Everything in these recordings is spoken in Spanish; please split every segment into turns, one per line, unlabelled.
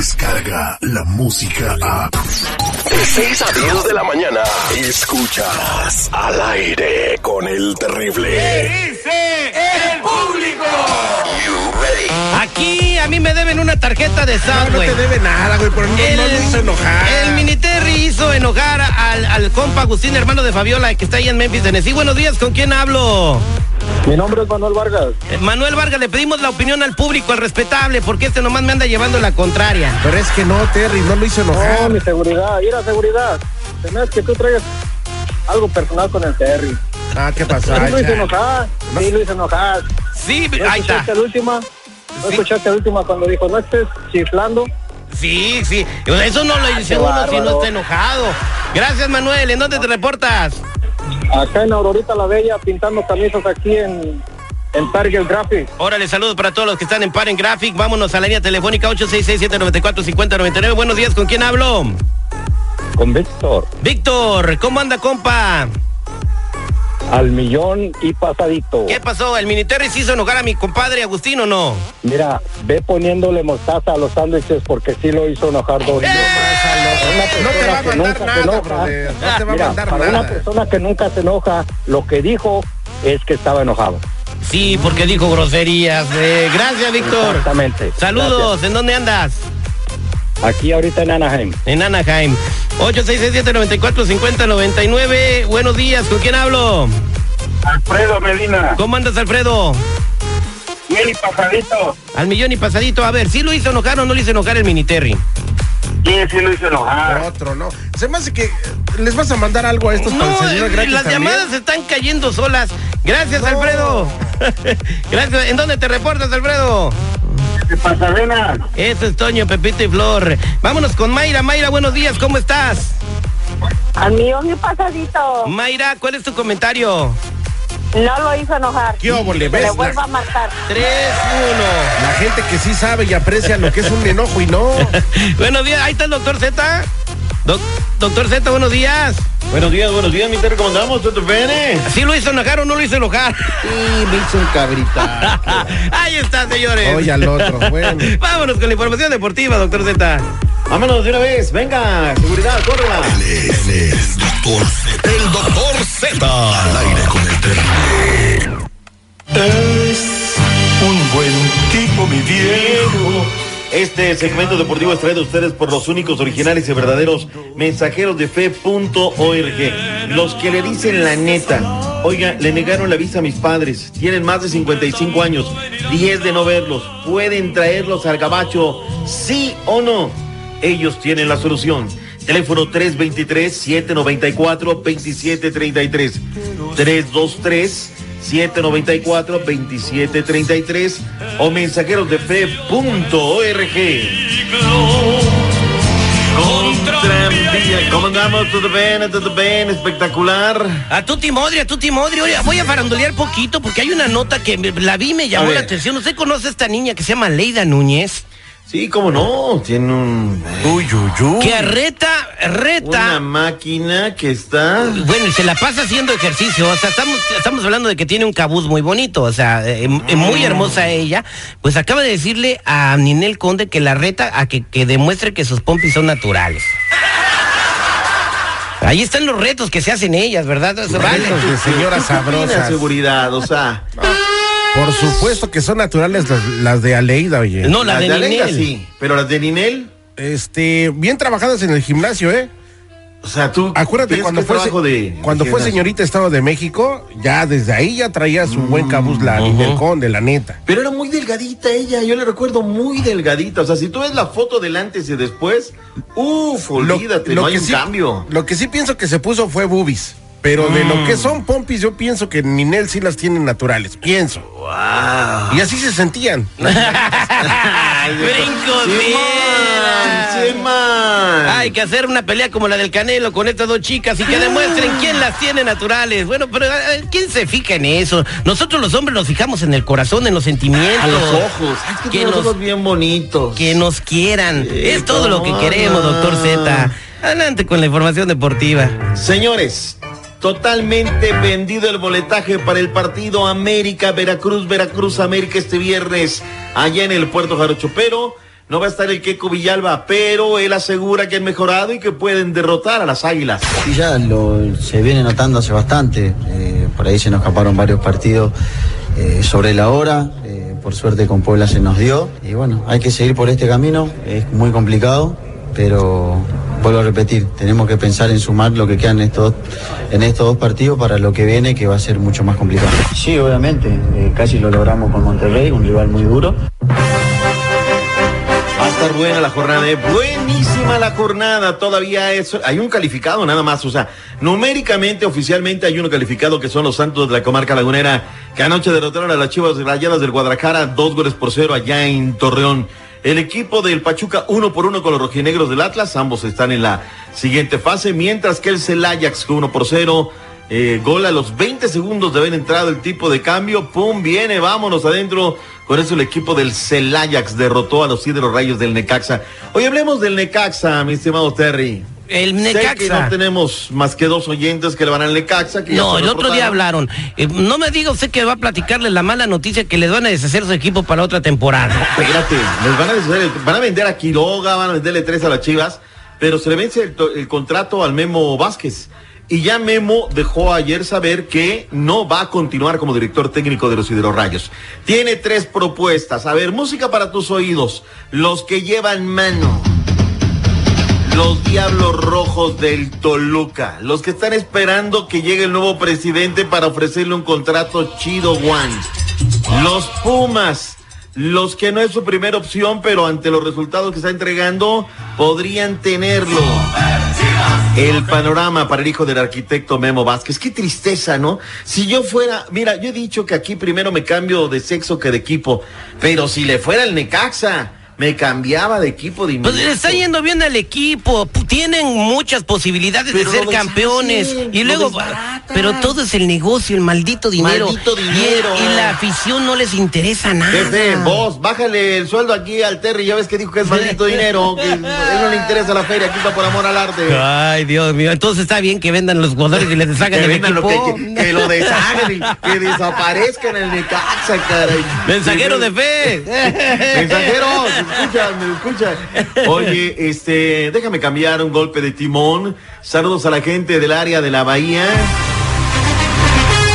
Escucha la música a.
De 6 a 10 de la mañana. Escuchas al aire con el terrible.
dice el público?
You ready?
Aquí a mí me deben una tarjeta de
Ah, No
Subway.
te debe nada, güey, pero no,
El,
no lo hizo enojar.
el Miniterri hizo enojar al, al compa Agustín, hermano de Fabiola, que está ahí en Memphis, Tennessee. Buenos días, ¿con quién hablo?
Mi nombre es Manuel Vargas.
Eh, Manuel Vargas, le pedimos la opinión al público, al respetable, porque este nomás me anda llevando la contraria.
Pero es que no, Terry, no lo hizo
No,
enojar.
mi seguridad, mira seguridad. Se me hace que tú traigas algo personal con el Terry.
Ah, ¿qué pasó?
Sí
Ay,
lo hizo
ya.
enojar, sí lo hizo enojar.
Sí,
¿No
ahí está.
escuchaste la última? ¿No
Sí.
escuchaste la última cuando dijo, no estés chiflando?
Sí, sí. Pues Eso no lo dice
qué
uno si no
bárbaro.
está enojado. Gracias, Manuel. ¿En dónde te reportas?
Acá en Aurorita la Bella pintando camisas aquí en, en Target Graphics.
Órale, saludos para todos los que están en Parent Graphic. Vámonos a la línea telefónica 866-794-5099. Buenos días, ¿con quién hablo?
Con Víctor,
Víctor, ¿cómo anda, compa?
al millón y pasadito.
¿Qué pasó? ¿El Miniterris hizo enojar a mi compadre Agustín o no?
Mira, ve poniéndole mostaza a los sándwiches porque sí lo hizo enojar dos
¡Eh!
No te va a mandar nada, brother. No te va a
Ah, Mira,
mandar
para una
nada.
persona que nunca se enoja, lo que dijo es que estaba enojado.
Sí, porque dijo groserías. eh. gracias, Víctor.
Exactamente.
Saludos, ¿en dónde andas?
Gracias. Aquí ahorita en Anaheim.
En Anaheim. 866-794-5099. Buenos días, ¿con quién hablo?
Alfredo Medina,
¿Cómo andas, Alfredo?
bien y pasadito.
Al millón y pasadito. A ver, ¿sí lo hizo enojar o no lo hizo enojar el Miniterri?
Sí, sí lo hizo enojar.
Otro, no. Se me hace que eh, les vas a mandar algo a estos
No,
para el señor
eh,
pues, gratis
las
también.
llamadas se están cayendo solas. Gracias, Alfredo. gracias. ¿En dónde te reportas, Alfredo?
De Pasadena,
Eso es Toño, Pepito y Flor. Vámonos con Mayra. Mayra, buenos días, ¿cómo estás?
Al millón y pasadito.
Mayra, ¿cuál es tu comentario?
No lo hizo enojar.
¿Qué óvole,
Que
ves?
Le vuelva a marcar.
3-1.
La gente que sí sabe y aprecia lo que es un enojo y no.
buenos días, ahí está el doctor Z. Doc- doctor Z, buenos días.
Buenos días, buenos días, mi Terry, ¿cómo andamos? ¿Todo bien?
¿Sí lo hizo enojar o no lo hizo enojar?
Y me hizo un cabrita.
ahí está, señores.
Oh,
Oye al otro, bueno.
Vámonos con la información deportiva, doctor Z.
Vámonos de una vez, venga, seguridad, córrela.
Él es Doctor Z. El Doctor Z. Al aire con el terrible.
Es un buen tipo, mi viejo.
Este segmento deportivo es traído a ustedes por los únicos originales y verdaderos mensajeros de fe.org. Los que le dicen la neta. Oiga, le negaron la visa a mis padres. Tienen más de 55 años. 10 de no verlos. ¿Pueden traerlos al gabacho? ¿Sí o no? Ellos tienen la solución. Teléfono 323-794-2733. 323 794-2733 o mensajeros de fe.org. Tranvía, ¿cómo andamos? ¿Todo bien? ¿Todo bien? Espectacular.
A Tuti Modri, a Tuti Modri. Oye, voy a farandulear poquito porque hay una nota que me- la vi y me llamó
A
la
ver.
atención. ¿Usted conoce a esta niña que se llama Leida Núñez?
Sí, cómo no. Tiene un.
Uy, uy, uy.
Que reta,
Una
reta.
máquina que está.
Bueno, y se la pasa haciendo ejercicio. O sea, estamos, estamos hablando de que tiene un cabuz muy bonito. O sea, eh, eh, muy hermosa ella. Pues acaba de decirle a Ninel Conde que la reta a que, que demuestre que sus pompis son naturales. Ahí están los retos que se hacen ellas, ¿verdad? Eso vale.
Retos de señoras
¿Tú qué opinas,
sabrosas.
seguridad, o sea.
Por supuesto que son naturales las, las de Aleida, oye.
No, la de
Aleida
Ninel.
sí, pero las de Ninel.
Este, bien trabajadas en el gimnasio, ¿eh?
O sea, tú.
Acuérdate
ves
cuando
qué
fue,
trabajo de-
cuando
de
fue
gimnasio.
señorita Estado de México, ya desde ahí ya traía su buen cabuz la del conde, la neta.
Pero era muy delgadita ella, yo le recuerdo muy delgadita. O sea, si tú ves la foto del antes y después, uff, olvídate, no hay un
sí,
cambio.
Lo que sí pienso que se puso fue boobies. Pero de lo que son pompis, yo pienso que Ninel sí las tiene naturales. Pienso. Y así se sentían.
Brinco
Simón,
de-
Simón.
Hay que hacer una pelea como la del Canelo con estas dos chicas y
Ah.
que demuestren quién las tiene naturales. Bueno, pero eh, ¿quién se fija en eso? Nosotros los hombres nos fijamos en el corazón, en los sentimientos.
A los ojos. Es que
Que
tiene los
nos,
ojos bien bonitos.
que nos quieran.
Sí,
es todo lo que
cómo
queremos,
no.
doctor Z. Adelante con la información deportiva.
Señores, totalmente vendido el boletaje para el partido América, Veracruz, Veracruz, América este viernes, allá en el Puerto Jarocho. Pero No va a estar el Keco Villalba, pero él asegura que han mejorado y que pueden derrotar a las Águilas.
Y ya lo- se viene notando hace bastante. eh, por ahí se nos escaparon varios partidos eh, sobre la hora. eh, por suerte con Puebla se nos dio. Y bueno, hay que seguir por este camino. Es muy complicado, pero vuelvo a repetir, tenemos que pensar en sumar lo que quedan en estos, en estos dos partidos para lo que viene, que va a ser mucho más complicado. Sí, obviamente. eh, casi lo logramos con Monterrey, un rival muy duro.
Va a estar buena la jornada, eh. buenísima la jornada. Todavía es, hay un calificado nada más, o sea, numéricamente, oficialmente hay uno calificado que son los Santos de la Comarca Lagunera, que anoche derrotaron a las Chivas Rayadas del Guadalajara, dos goles por cero allá en Torreón. El equipo del Pachuca, uno por uno con los rojinegros del Atlas, ambos están en la siguiente fase, mientras que el Celayax, que uno por cero, eh, gol a los 20 segundos de haber entrado el tipo de cambio. ¡Pum! Viene, vámonos adentro. Con eso el equipo del Celayax derrotó a los Hidro Rayos del Necaxa. Hoy hablemos del Necaxa, mi estimado Terry.
El
Sé que
Necaxa.
no tenemos más que dos oyentes que le van al Necaxa. Que ya
No,
se
el
lo
otro día
portaron.
hablaron. Eh, no me diga usted que va a platicarle la mala noticia que les van a deshacer su equipo para otra temporada.
Espérate, les van a, deshacer el- van a vender a Quiroga, van a venderle tres a las Chivas, pero se le vence el, to- el contrato al Memo Vázquez. Y ya Memo dejó ayer saber que no va a continuar como director técnico de los Hidrorrayos. Tiene tres propuestas. A ver, música para tus oídos. Los que llevan mano. Los Diablos Rojos del Toluca. Los que están esperando que llegue el nuevo presidente para ofrecerle un contrato chido, Juan. Los Pumas. Los que no es su primera opción, pero ante los resultados que está entregando, podrían tenerlo. El panorama para el hijo del arquitecto Memo Vázquez. Qué tristeza, ¿no? Si yo fuera, mira, yo he dicho que aquí primero me cambio de sexo que de equipo, pero si le fuera el Necaxa, me cambiaba de equipo de
Pues
inmediato.
le está yendo bien al equipo, pu- tienen muchas posibilidades
Pero
de ser
lo
campeones.
deshacen,
Y
lo
luego,
desbaratan.
pero todo es el negocio, el maldito dinero.
Maldito
Y-
dinero.
Y, la afición no les interesa nada.
Jefe, vos, bájale el sueldo aquí al Terry, ya ves que dijo que es maldito dinero, que a él no le interesa la feria, aquí está por amor al arte.
Ay, Dios mío, entonces está bien que vendan los jugadores y les deshagan
Que
el
vendan lo
equipo.
que, que lo deshagan y que desaparezcan el Necaxa, caray.
Mensajero de fe.
Mensajeros, me escuchan, me escuchan. Oye, este, déjame cambiar un golpe de timón. Saludos a la gente del área de la Bahía.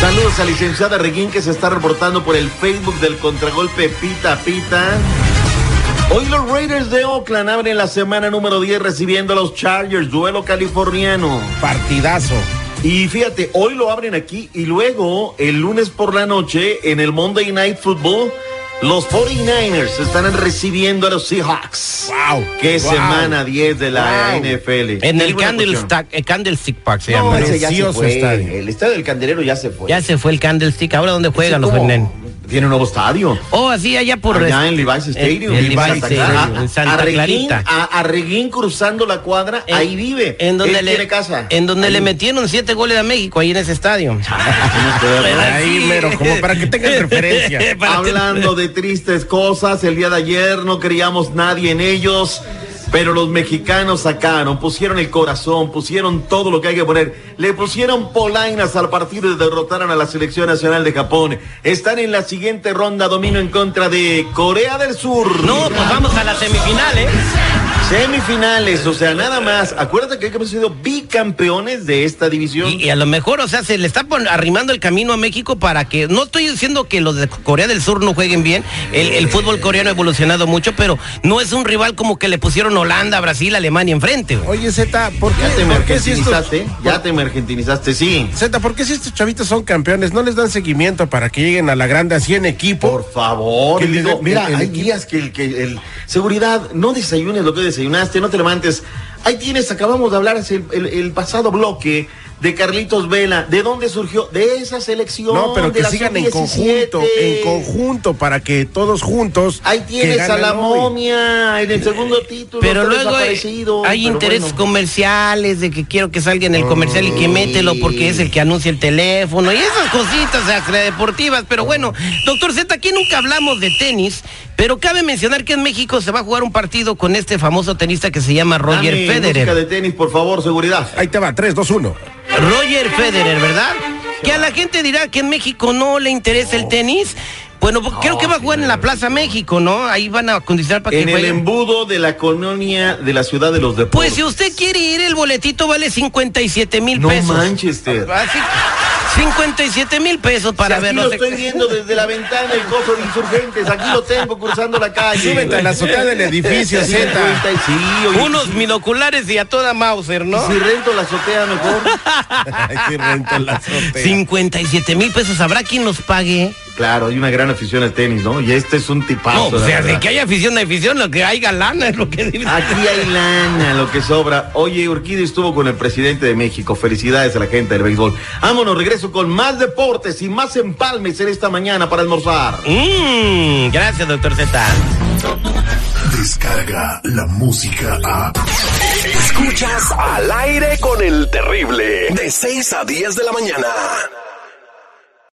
Saludos a la licenciada Reguín que se está reportando por el Facebook del contragolpe Pita a Pita. Hoy los Raiders de Oakland abren la semana número 10 recibiendo a los Chargers, duelo californiano.
Partidazo.
Y fíjate, hoy lo abren aquí y luego el lunes por la noche en el Monday Night Football, los 49ers estarán recibiendo a los Seahawks.
¡Wow!
¡Qué
Wow.
semana 10 de la
Wow.
NFL!
En
Te
el
digo una cuestión.
Candlestick, el Candlestick Park se
No,
llama.
ese ya se
Precioso
fue.
estadio.
El estadio del Candelero ya se fue.
Ya se fue el Candlestick, ahora dónde juegan los
¿Cómo?
Fernández.
Tiene un nuevo estadio.
Oh, así allá por
Allá
es-
en Levi's Stadium.
en Levi's
Santa Clara. Ah,
Stadium, en Santa
a Reguín-
Clarita.
A, a Reguín cruzando la cuadra,
En-
ahí vive.
En donde
Él
le,
tiene casa.
En donde
Ahí.
le metieron siete goles a México, ahí en ese estadio.
Ahí, mero, como para que tengan
eh,
referencia.
Para que-
Hablando de tristes cosas, el día de ayer no creíamos nadie en ellos, pero los mexicanos sacaron, pusieron el corazón, pusieron todo lo que hay que poner. Le pusieron polainas al partido y derrotaron a la selección nacional de Japón. Están en la siguiente ronda domino en contra de Corea del Sur.
No, pues vamos a las semifinales.
Semifinales, o sea, nada más. Acuérdate que hemos sido bicampeones de esta división.
Y, y a lo mejor, o sea, se le está pon- arrimando el camino a México para que. No estoy diciendo que los de Corea del Sur no jueguen bien. El, el fútbol coreano ha evolucionado mucho, pero no es un rival como que le pusieron Holanda, Brasil, Alemania enfrente. güey.
Oye, Zeta, ¿por qué,
Ya te
por qué si estos,
emergentinizaste, ya te emergentinizaste, sí.
Zeta, ¿por qué si estos chavitos son campeones? ¿No les dan seguimiento para que lleguen a la grande así en equipo?
Por favor,
Que le
digo,
den-
mira,
el- el
hay
equipo.
días que el, que el seguridad, no desayunes lo que desayunaste, no te levantes. Ahí tienes, acabamos de hablar hace el, el- el pasado bloque de Carlitos Vela, ¿de dónde surgió? De esa selección.
No, pero
de
que
la
sigan en
sub-17.
conjunto, en conjunto, para que todos juntos.
Ahí
que
tienes a
ganen
la
hoy.
momia en el segundo título.
Pero
está
luego eh,
desaparecido,
hay
pero
intereses
bueno. Oh.
comerciales de que quiero que salga en el comercial y que mételo porque es el que anuncia el teléfono y esas cositas extradeportivas. Pero
Oh.
bueno, doctor Z, aquí nunca hablamos de tenis, pero cabe mencionar que en México se va a jugar un partido con este famoso tenista que se llama Roger
Dame
Federer.
música de tenis, por favor, seguridad.
Ahí te va, 3, 2, 1.
Oh.
Roger Federer, ¿verdad? Que a la gente dirá que en México no le interesa el tenis, Bueno, pues, creo que va a jugar en la Plaza México, ¿no? Ahí van a condicionar para que
en el
juegue.
embudo de la colonia de la ciudad de los deportes.
Pues si usted quiere ir, el boletito vale 57 mil
no
pesos. Ah,
Manchester.
Así que 57 mil pesos para
Para aquí
verlo.
lo estoy viendo desde la ventana del cofre de insurgentes. Aquí lo tengo cruzando la calle.
Súbete a la azotea del edificio,
Sí,
Z.
cuenta y sí, oye,
Unos binoculares y a toda Mauser, ¿no?
Si rento la azotea mejor.
Ay, qué rento la azotea.
57 mil pesos, ¿habrá quien los pague?
Claro, hay una gran afición al tenis, ¿no? Y este es un tipazo.
no, o
la
sea, de
verdad. Ah,
que hay afición, hay afición, lo que hay galana es lo que dice.
Aquí hay lana, lo que sobra. Oye, Urquidy estuvo con el presidente de México. Felicidades a la gente del béisbol. Vámonos, regreso con más deportes y más empalmes en esta mañana para almorzar.
Mm, gracias, doctor Z.
Descarga la música a.
Escuchas al aire con el terrible de 6 a 10 de la mañana.